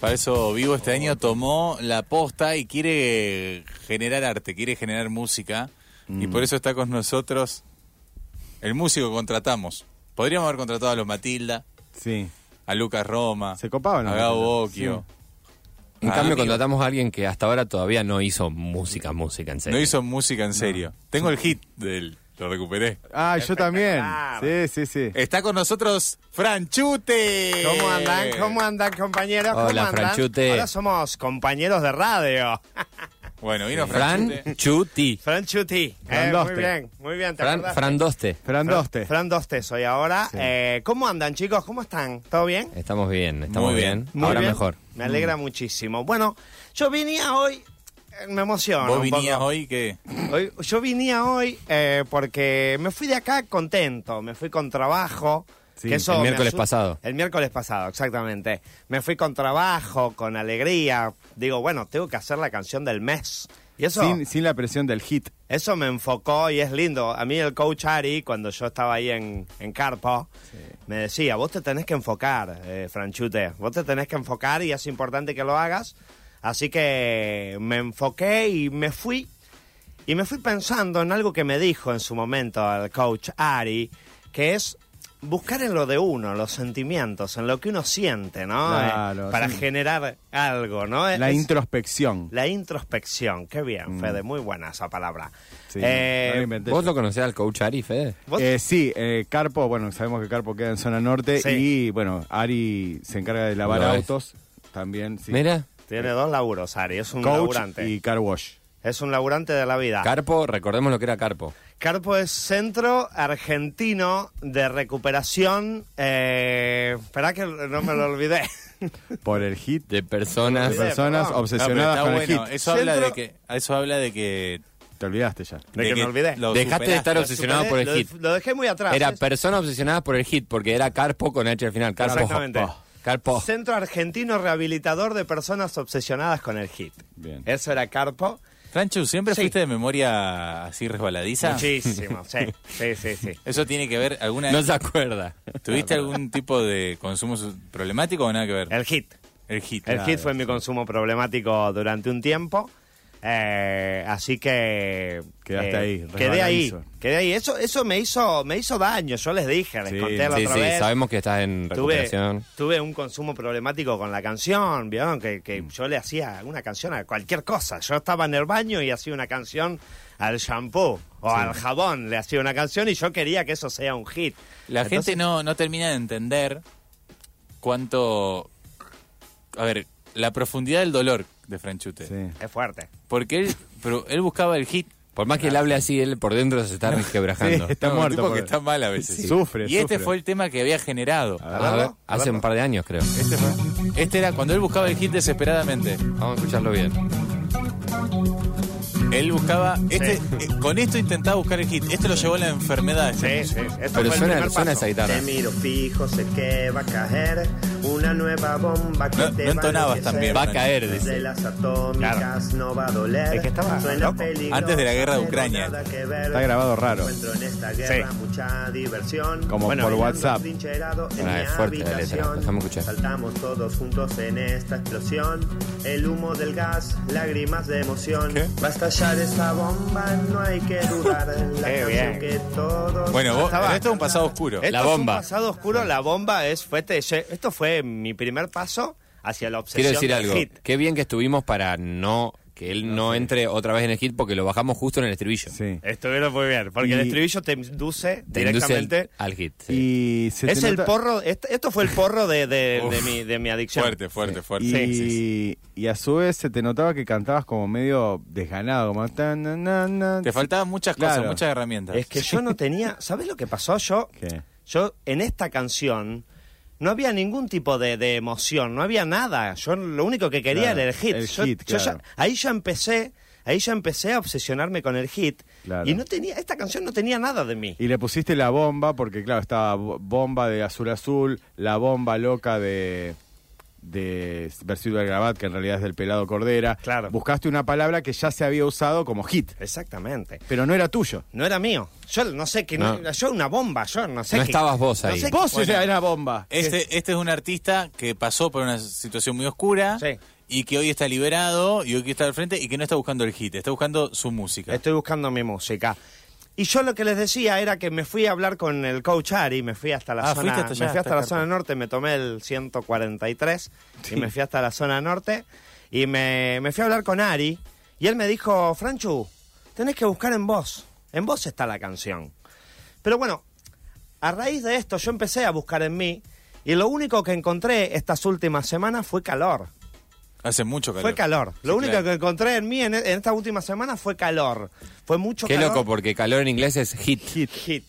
Para eso Vivo este año tomó la posta y quiere generar arte, quiere generar música. Y por eso está con nosotros el músico que contratamos. Podríamos haber contratado a los Matilda, Sí. a Lucas Roma, Se copaban a los Gabo Matilda, Occhio. En Ah, cambio, amigo. contratamos a alguien que hasta ahora todavía no hizo música, música en serio. No hizo música en serio. Tengo el hit de él, lo recuperé. Ah, yo también. Sí, sí, sí. Eh, Está con nosotros Franchute. ¿Cómo andan? ¿Cómo andan, compañeros? ¿Cómo Eh. Hola, andan? Franchute. Ahora somos compañeros de radio. Bueno, vino Franchute. Fran Chuti. Franchuti. Fran Eh, muy Doste. bien, muy bien. ¿te Fran, acordás? Fran Doste. Fran Doste. Fran Doste soy ahora. Eh, ¿Cómo andan, chicos? ¿Cómo están? ¿Todo bien? Estamos bien, estamos Muy bien, bien. Muy Eh, ahora bien. mejor. Mm. Me alegra muchísimo. Bueno, yo venía hoy... eh, Me emociono ¿Vos un vinías poco. hoy que Hoy- yo vinía hoy eh, porque me fui de acá contento, me fui con trabajo. Sí, que eso el me miércoles asu- pasado. El miércoles pasado, exactamente. Me fui con trabajo, con alegría. Digo, bueno, tengo que hacer la canción del mes. Y eso, Sin, sin la presión del hit. eso me enfocó y es lindo. A mí el coach Ari, cuando yo estaba ahí en, en Carpo, me decía, vos te tenés que enfocar, eh, Franchute. Vos te tenés que enfocar y es importante que lo hagas. Así que me enfoqué y me fui y me fui pensando en algo que me dijo en su momento el coach Ari, que es buscar en lo de uno, los sentimientos, en lo que uno siente, ¿no? Eh, Claro, para sí. generar algo, ¿no? La Eh, Es- introspección. La introspección. Qué bien, Fede. Muy buena esa palabra. Mm. Sí, Eh, no la inventé ¿Vos yo. lo conocés al coach Ari, Fede? vos- Eh, sí, eh, Carpo, bueno, sabemos que Carpo queda en zona norte Sí. y bueno, Ari se encarga de lavar Lo es. autos también. Sí. Mira, Tiene dos laburos, Ari. Es un Coach laburante. y car wash. Es un laburante de la vida. Carpo, recordemos lo que era Carpo. Carpo es Centro Argentino de Recuperación. Eh, esperá que no me lo olvidé. Por el hit. De personas. Ah, Sí, Personas perdón. obsesionadas No, con Ah, pero está bueno. el hit. Eso habla de Centro- que eso habla de que Te olvidaste ya. De que me olvidé. lo Dejaste de estar superaste. obsesionado por el lo, hit. lo dejé muy atrás. Era ¿eh? persona obsesionada por el hit, porque era Carpo con H al final. Carpo. Exactamente. Carpo. Centro Argentino Rehabilitador de Personas Obsesionadas con el Hit. Bien. Eso era Carpo. Franchu, ¿siempre Sí. fuiste de memoria así resbaladiza? Muchísimo, sí, sí, sí, sí. Eso tiene que ver alguna No se acuerda. ¿Tuviste algún tipo de consumo su- problemático o nada que ver? El hit. El hit. El hit fue mi consumo problemático durante un tiempo. eh, así que Quedaste eh, ahí, quedé ahí resbaladizo. quedé ahí eso eso me hizo me hizo daño yo les dije les Sí, conté la Sí, otra sí, vez sabemos que estás en tuve, recuperación. tuve un consumo problemático con la canción vieron que, que Mm. yo le hacía una canción a cualquier cosa yo estaba en el baño y hacía una canción al shampoo o al jabón le hacía una canción y yo quería que eso sea un hit La Entonces- gente no, no termina de entender cuánto... A ver, la profundidad del dolor de Franchute. Sí. es fuerte Porque él, pero él buscaba el hit. Por más que él hable así, él por dentro se está resquebrajando. Sí, está No, un muerto. tipo por- que está mal a veces. Sí. Sufre, Y este sufre. fue el tema que había generado. Ah. A ver. A ver, hace un par de años, creo. Este, fue- este era cuando él buscaba el hit desesperadamente. Vamos a escucharlo bien. Él buscaba... Este, eh, Con esto intentaba buscar el hit. Esto lo llevó a la enfermedad. Sí, sí. Esto Pero fue el suena- primer suena paso. esa guitarra. Te miro fijo, sé que va a caer una nueva bomba que No- te no va a entonabas enloquecer. también, Va a caer, dice. de las atómicas Claro. no va a doler. Es que estaba Suena loco. peligroso, Antes de la guerra de pero Ucrania. nada que ver. Está grabado raro. Encuentro en esta guerra Sí. mucha diversión. Como por bailando WhatsApp. atrincherado en Ah, mi es fuerte la letra, habitación. déjame escuchar. Saltamos todos juntos en esta explosión. El humo del gas, lágrimas de emoción. ¿Qué? Va a estallar esa bomba, no hay que dudar. La Qué canción bien. que todos Bueno, vos- Estaba- pero esto es un pasado oscuro. Esto La es un bomba. pasado oscuro, la bomba es fuerte. Yo- Esto fue mi primer paso hacia la obsesión Quiero decir del algo. hit. Qué bien que estuvimos para no que él no entre otra vez en el hit porque lo bajamos justo en el estribillo. Sí. Estuvieron muy bien, porque el Y- estribillo te induce Te induce al- directamente. al, hit. sí. Y se te Es el nota- porro, est- esto fue el porro de, de- Uf. de mi, de mi adicción. Fuerte, fuerte, fuerte. Y, Sí, sí, sí. y a su vez se te notaba que cantabas como medio desganado, como tan, na, na, na. Te faltaban muchas cosas, Claro. muchas herramientas. Es que yo no tenía. ¿Sabes lo que pasó? Yo, ¿Qué? yo en esta canción no había ningún tipo de, de emoción, no había nada. Yo lo único que quería Claro, era el hit. el Yo- hit, yo ya- claro. ahí ya empecé. Ahí ya empecé a obsesionarme con el hit Claro. y no tenía esta canción no tenía nada de mí. Y le pusiste la bomba, porque claro, estaba bo- bomba de azul azul, la bomba loca de de Versilio Grabat, que en realidad es del pelado Cordera. Claro. Buscaste una palabra que ya se había usado como hit, Exactamente. pero no era tuyo. No era mío. Yo no sé qué. No. Yo una bomba. Yo no sé No qué- estabas vos no ahí. sé qué- Vos bueno, era una bomba. Este, este es un artista que pasó por una situación muy oscura Sí. y que hoy está liberado y hoy que está al frente y que no está buscando el hit, está buscando su música. Estoy buscando mi música. Y yo lo que les decía era que me fui a hablar con el coach Ari, me fui hasta la Ah, zona, fuiste hasta allá, me fui hasta hasta la Carpa. zona norte, me tomé el 143 Sí. y me fui hasta la zona norte y me, me fui a hablar con Ari y él me dijo, Franchu, tenés que buscar en vos, en vos está la canción. Pero bueno, a raíz de esto yo empecé a buscar en mí y lo único que encontré estas últimas semanas fue calor. Hace mucho calor. Fue calor. Lo Sí, único claro. que encontré en mí en, e-, en esta última semana fue calor. Fue mucho Qué calor. loco, porque calor en inglés es hit. Hit. Hit.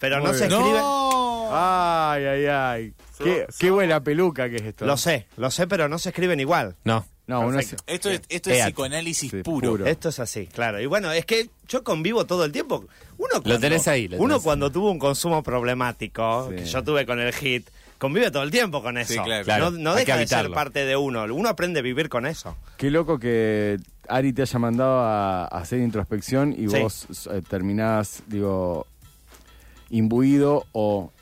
Pero Muy no se bien. escribe. Eh, Ay, ay, ay. Qué, qué buena peluca que es esto. ¿eh? Lo sé, lo sé, pero no se escriben igual. No. No, uno Perfecto. se- Esto es, esto es Teatro. psicoanálisis Sí, puro. puro. Esto es así, claro. Y bueno, es que yo convivo todo el tiempo. Uno cuando, tenés ahí, lo uno tenés cuando tuvo un consumo problemático, Sí. que yo tuve con el hit, convive todo el tiempo con eso. Sí, claro. Claro, No, no hay que deja de ser habitarlo. parte de uno. Uno aprende a vivir con eso. Qué loco que Ari te haya mandado a, a hacer introspección y Sí. vos eh, terminás, digo, imbuido o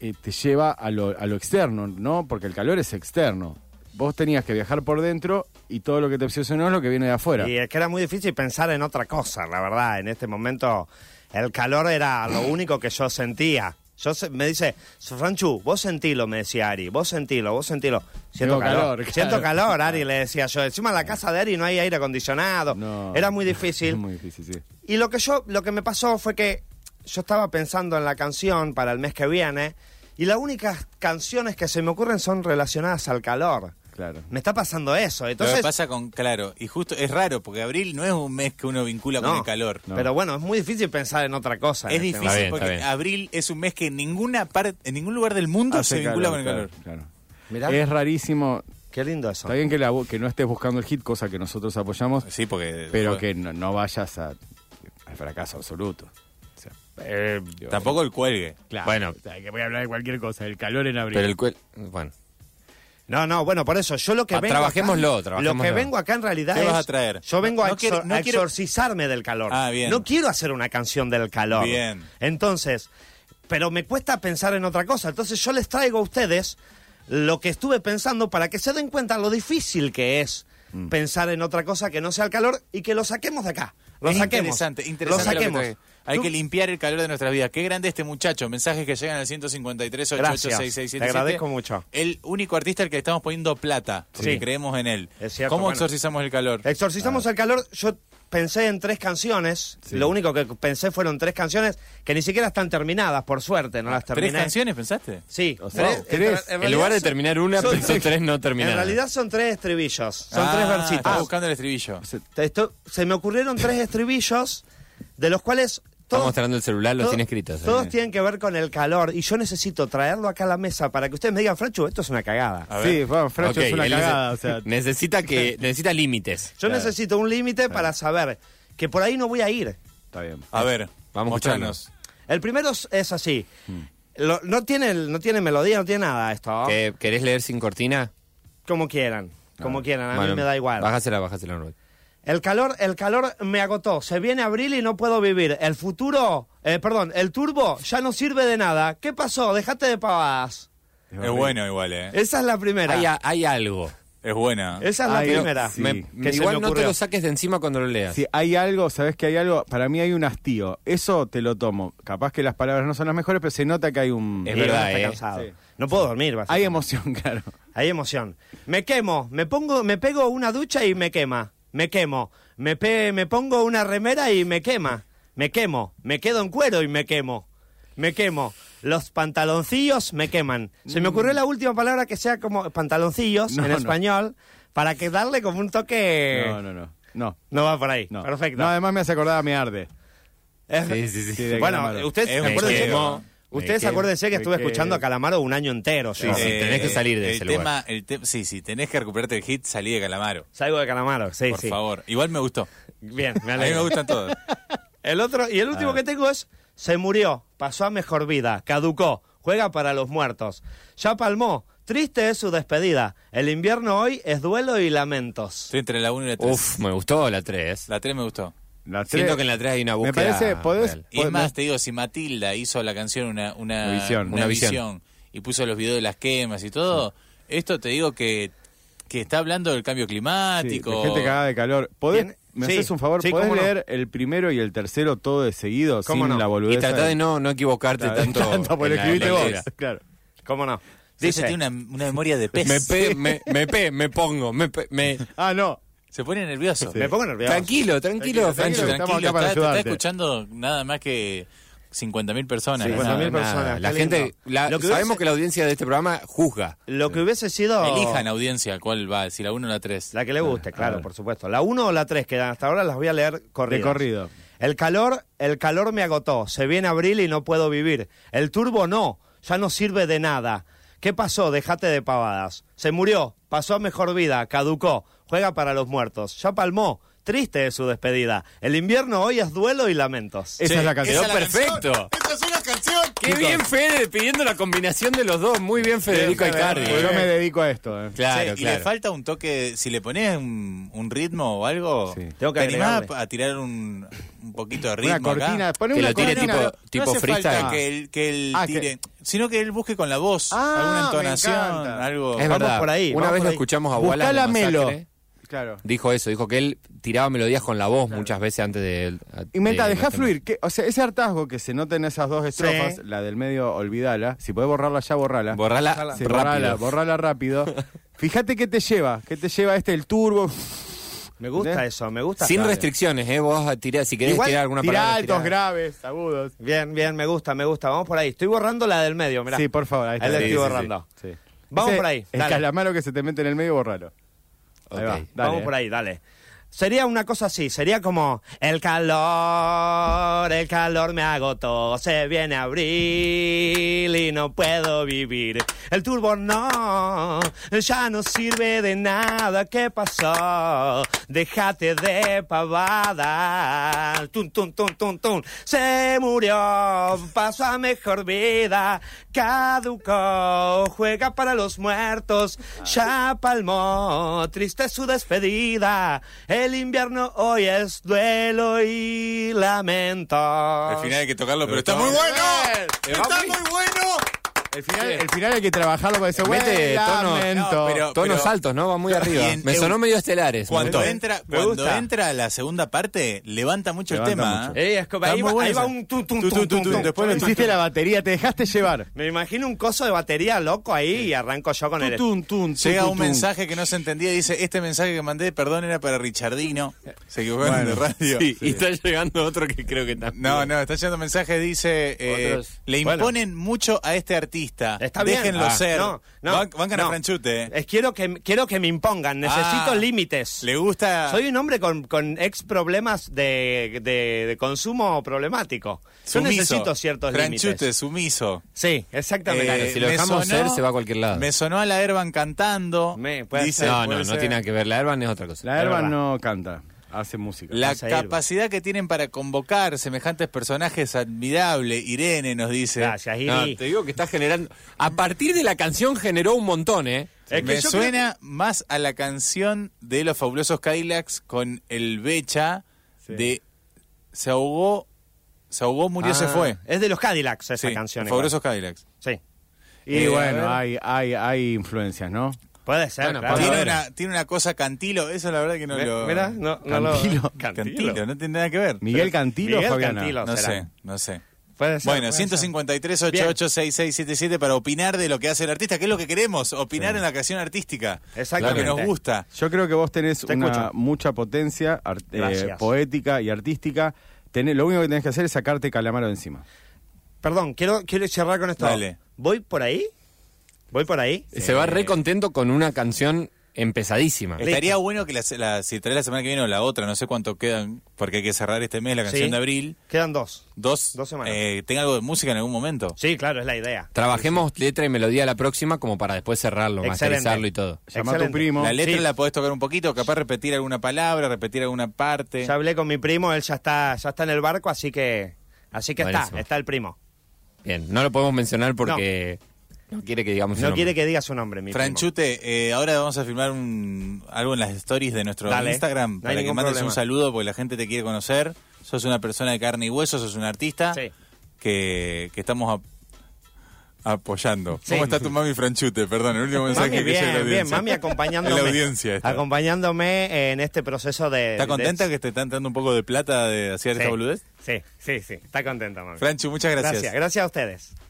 eh, te lleva a lo, a lo externo, ¿no? Porque el calor es externo. Vos tenías que viajar por dentro y todo lo que te obsesionó es lo que viene de afuera. Y es que era muy difícil pensar en otra cosa, la verdad. En este momento el calor era lo único que yo sentía. Yo se- me dice, Franchu, vos sentilo, me decía Ari, vos sentilo, vos sentilo. Siento Tengo calor, calor, claro. siento calor, Ari, le decía yo. Encima en la casa de Ari no hay aire acondicionado. No. Era muy difícil. muy difícil, sí. Y lo que yo, lo que me pasó fue que yo estaba pensando en la canción para el mes que viene y las únicas canciones que se me ocurren son relacionadas al calor. Claro. Me está pasando eso. Entonces, Lo que pasa con, claro, y justo es raro porque abril no es un mes que uno vincula con No. el calor. No. Pero bueno, es muy difícil pensar en otra cosa. en Es este difícil Está bien, porque está bien. abril es un mes que en ninguna parte, en ningún lugar del mundo Hace se vincula con el claro, calor. claro. Mirá. Es rarísimo. Qué lindo eso. Está bien que, la- que no estés buscando el hit, cosa que nosotros apoyamos, Sí, porque pero que no, no vayas a- al fracaso absoluto. O sea, Eh, tampoco el cuelgue. Bueno, que voy a hablar de cualquier cosa, el calor en abril. pero el cuel... Bueno. No, no, bueno, por eso yo lo que Ah, vengo trabajémoslo, acá, Lo que trabajémoslo. vengo acá en realidad ¿Qué es vas a traer? Yo vengo No a, exor- quiero- no a quiero- exorcizarme del calor. Ah, bien. No quiero hacer una canción del calor. Bien. Entonces, pero me cuesta pensar en otra cosa. Entonces yo les traigo a ustedes lo que estuve pensando para que se den cuenta lo difícil que es pensar en otra cosa que no sea el calor y que lo saquemos de acá. Lo es saquemos. interesante, Lo interesante. lo que saquemos. trae. Hay Tú- que limpiar el calor de nuestras vidas. Qué grande este muchacho. Mensajes que llegan al 153 Gracias, te agradezco mucho. El único artista al que le estamos poniendo plata, porque Sí. creemos en él. Es cierto, ¿Cómo bueno. exorcizamos el calor? Exorcizamos el calor, yo pensé en tres canciones. Sí. Lo único que pensé fueron tres canciones que ni siquiera están terminadas, por suerte, no las terminé. ¿Tres canciones pensaste? Sí, O sea, tres- tres. en ra- en En realidad lugar de son- terminar una, son- pensó tres no terminar. En realidad son tres estribillos, son Ah, tres Estaba versitos. buscando el estribillo. Te- esto- se me ocurrieron tres estribillos, de los cuales Estamos todos, mostrando el celular, los to- tiene escritos. ¿eh? todos tienen que ver con el calor. Y yo necesito traerlo acá a la mesa para que ustedes me digan, Franchu, esto es una cagada. A ver. Sí, bueno, Fracho Ok, es una él nece- cagada. O sea, necesita que necesita límites. Yo necesito un límite para saber que por ahí no voy a ir. está bien. A ver, Vamos a escucharlo. mostranos. El primero es- es así. Lo- no, tiene, no tiene melodía, no tiene nada esto. Hmm. ¿Qué- ¿Querés leer sin cortina? Como quieran, como quieran, a Bueno, mí me da igual. Bájasela, bájasela, Norbert. El calor, el calor me agotó. Se viene abril y no puedo vivir. El futuro, eh, perdón, el turbo ya no sirve de nada. ¿Qué pasó? Dejate de pavadas. Es bueno igual, ¿eh? Esa es la primera. Hay, a- hay algo. Es buena. Esa es la Ay, primera. sí. Me- que se me igual no te ocurrió. lo saques de encima cuando lo leas. Si hay algo, ¿sabes que hay algo? Para mí hay un hastío. Eso te lo tomo. Capaz que las palabras no son las mejores, pero se nota que hay un. Es Y verdad, uno está eh. cansado. Sí. No puedo dormir, básicamente. Hay emoción, claro. Hay emoción. Me quemo, me pongo, me pego una ducha y me quema. Me quemo, me, pe- me pongo una remera y me quema. Me quemo, me quedo en cuero y me quemo. Me quemo. Los pantaloncillos me queman. Se me ocurrió la última palabra que sea como pantaloncillos No, en no. español para que darle como un toque. No, no, no. No, No va por ahí. no. Perfecto. No, además me hace acordar a mi arde. Es- Sí, sí, sí. Sí, de bueno, Calamaro. ustedes Es un acuérdense, quemo, ustedes me quemo, acuérdense que me estuve quemo. escuchando a Calamaro un año entero. yo. Sí, sí. tenés que salir de Eh, el ese tema, lugar. El te- sí, sí, tenés que recuperarte el hit, salí de Calamaro. Salgo de Calamaro, sí, Por sí. favor. Igual me gustó. Bien, me A mí alegro. me gustan todos. El otro, y el último que tengo es, se murió, pasó a mejor vida, caducó, Juega para los muertos. Ya palmó. Triste es su despedida. El invierno hoy es duelo y lamentos. Estoy entre la 1 y la 3. Uf, me gustó la 3. La 3 me gustó. La Siento tres- que en la 3 hay una Me búsqueda. parece, podés- real. Y es más, te digo, si Matilda hizo a la canción una, una, Pues, Una visión. una Una visión. visión. y puso los videos de las quemas y todo, esto te digo que, que está hablando del cambio sí, de climático. gente cagada de calor. ¿Podés- Bien. ¿Me Sí, haces un favor? sí, ¿Podés cómo no. leer el primero y el tercero todo de seguido ¿Cómo sin no? la Y boludez? tratá de no, no equivocarte tanto. por en la escribiste vos. lectura. Claro. ¿Cómo no? Dice, tiene una, una memoria de pez. Me, pe- me, me pe- me pongo. Me pe- me- Ah, no. Se pone nervioso. Me pongo nervioso. Tranquilo, tranquilo, Tranquilo, Francho. tranquilo. estamos Tranquilo, acá para está, te está ayudarte. escuchando nada más que 50.000 personas. Sí, nada 50.000 más. personas. qué La lindo. gente, la- Lo que sabemos hubiese- que la audiencia de este programa juzga. Lo que hubiese sido... Elijan audiencia cuál va, si la 1 o la 3. La que Ah, le guste, claro, por supuesto. La 1 o la 3, que hasta ahora las voy a leer corridas. De corrido. El calor, el calor me agotó. Se viene abril y no puedo vivir. El turbo no, ya no sirve de nada. ¿Qué pasó? Dejate de pavadas. Se murió, pasó a mejor vida, caducó, juega para los muertos. Ya palmó, triste es su despedida. El invierno hoy es duelo y lamentos. Esa es la canción. Quedó perfecto. Esta es una canción. Qué bien, Fede, pidiendo la combinación de los dos. Muy bien, Federico Aicardi. Porque Yo me dedico a esto. eh. Claro, Sí, Y le claro. falta un toque, si le pones un, un ritmo o algo, Sí. Tengo que ¿te animás agregarle. a tirar un, un poquito de ritmo Una cortina. acá? Poné Que una lo tiene cortina. tipo- no hace freestyle. falta que él, que él Ah, tire, que- sino que él busque con la voz Ah, alguna me entonación, encanta. algo. Es Vamos verdad. por ahí, Una vamos vez por lo ahí. escuchamos a Wallace. Buscá la de melo. Ah, Masacre, Claro. Dijo eso, dijo que él tiraba melodías con la voz muchas veces antes de. Inventa, de- dejá de- fluir. que- o sea, ese hartazgo que se nota en esas dos estrofas, la del medio, olvídala. Si podés borrarla ya, borrala. Borrala Sí, rápido. borrala, borrala rápido. Fíjate qué te lleva, qué te lleva este el turbo. Me gusta ¿Entendés? eso, me gusta. Sin restricciones, ¿eh? Vos tirá, si querés Igual, tirar alguna Tirá palabra. altos, tirá. graves, agudos. Bien, bien, me gusta, me gusta. Vamos por ahí. Estoy borrando la del medio, mirá. Sí, por favor, ahí está. Ahí la Sí, estoy sí, sí. borrando. Sí. Vamos Ese- por ahí, El dale. calamaro que se te mete en el medio, borralo. Ahí Ok. va, dale, Vamos eh. por ahí, dale. Sería una cosa así, sería como el calor, el calor me agotó, se viene abril y no puedo vivir. El turbo no, ya no sirve de nada, ¿qué pasó? Déjate de pavada. Ah, Tun tun tun tun tun. Se murió, pasó a mejor vida, caducó, juega para los muertos, ya palmó, triste es su despedida. El invierno hoy es duelo y lamento. Al final hay que tocarlo, pero está muy bueno. Está muy bueno. El final, el final hay que trabajarlo para eso. Mete Güey, tono- lamento. No, pero- Tonos altos, ¿no? Va muy arriba. Y en- Me en- sonó medio estelares. me Cuando gustó. entra, Me cuando gusta. entra la segunda parte, levanta mucho Levanta el tema. mucho. ¿eh? Eh, es como- Está ahí muy va- bueno ahí va esa. un tun, tun, Tu, tu, tun, tu, tun, tu. tun. Después lo tu, hiciste la batería, te dejaste llevar. Me imagino un coso de batería loco ahí y arranco yo con el... Tun, tun, Llega tun, un tun. mensaje que no se entendía y dice, este mensaje que mandé, perdón, era para Richardino. Se equivocaron de radio. Sí, Y está llegando otro que creo que también. No, no, está yendo mensaje, dice, eh, Otros. le imponen mucho a este artista. Está bien. Déjenlo Ah. ser. No, no, Ban- bancan a no. Franchute. eh. Es, quiero, que, quiero que me impongan. Necesito Ah. límites. Le gusta... Soy un hombre con, con ex problemas de, de- de consumo problemático. Yo sumiso. necesito ciertos Franchute, límites. sumiso. Sí, exactamente. Eh, si lo me dejamos ser, se va a cualquier lado. Me sonó a la Erban cantando. Me- puede dice, ser, No, puede no, no ser. tiene nada que ver. La Erban es otra cosa. La Herba verdad. no canta, hace música. La Vamos a ir, va. capacidad que tienen para convocar semejantes personajes admirable. Irene nos dice. Gracias, Iri. No, te digo que está generando. A partir de la canción generó un montón, ¿eh? Es que me yo creo- suena más a la canción de los fabulosos Cadillacs con el Becha de Se ahogó, se ahogó, murió, se Ah, fue. Es de los Cadillacs esa Sí, canción. los igual. fabulosos Cadillacs. Sí. Y Eh, bueno, a hay, hay, hay influencias, ¿no? Puede ser. Bueno, claro. Pablo Tiene Vera. una, tiene una cosa cantilo, eso la verdad que no Ve- lo. mirá, no, no lo- Cantilo. cantilo, no tiene nada que ver. Miguel Cantilo Miguel o Fabiana. Cantilo. No será. sé, no sé. Puede ser, Bueno, puede 153 88 6677 para opinar de lo que hace el artista, que es lo que queremos, opinar en la creación artística. Exactamente. Lo que nos gusta. Yo creo que vos tenés Te una escucho. mucha potencia ar- eh, Gracias. poética y artística. Tenés- lo único que tenés que hacer es sacarte calamaro de encima. ser. Perdón, quiero, quiero cerrar con esto. Dale. ¿Voy por ahí? ¿Voy por ahí? Se va re contento con una canción empezadísima. Estaría bueno que la, la- si traes la semana que viene o la otra, no sé cuánto quedan, porque hay que cerrar este mes la canción Sí. de abril. Quedan dos. Dos, Dos semanas. eh, tenga algo de música en algún momento. Sí, claro, es la idea. Trabajemos letra y melodía la próxima como para después cerrarlo, Excelente. masterizarlo y todo. Llamá a tu Excelente. primo. La letra Sí. la podés tocar un poquito, capaz repetir alguna palabra, repetir alguna parte. Ya hablé con mi primo, él ya está, ya está en el barco, así que, así que está, Buenísimo. está el primo. Bien, no lo podemos mencionar porque no, quiere que digamos su No nombre. quiere que diga su nombre, mi primo. Franchute, eh, ahora vamos a filmar un, algo en las stories de nuestro Dale. Instagram No hay para que ningún mandes problema. un saludo porque la gente te quiere conocer. Sos una persona de carne y hueso, sos un artista Sí. que, que estamos ap- apoyando. Sí. ¿Cómo está tu mami Franchute? Perdón, el último mensaje Mami, que llega a la bien, bien, audiencia. mami acompañándome. En la audiencia está. Acompañándome en este proceso de... ¿Está contenta de- que te están dando un poco de plata de hacer Sí. esta boludez? Sí, sí, sí. Está contenta, mami. Franchu, muchas gracias. Gracias a ustedes.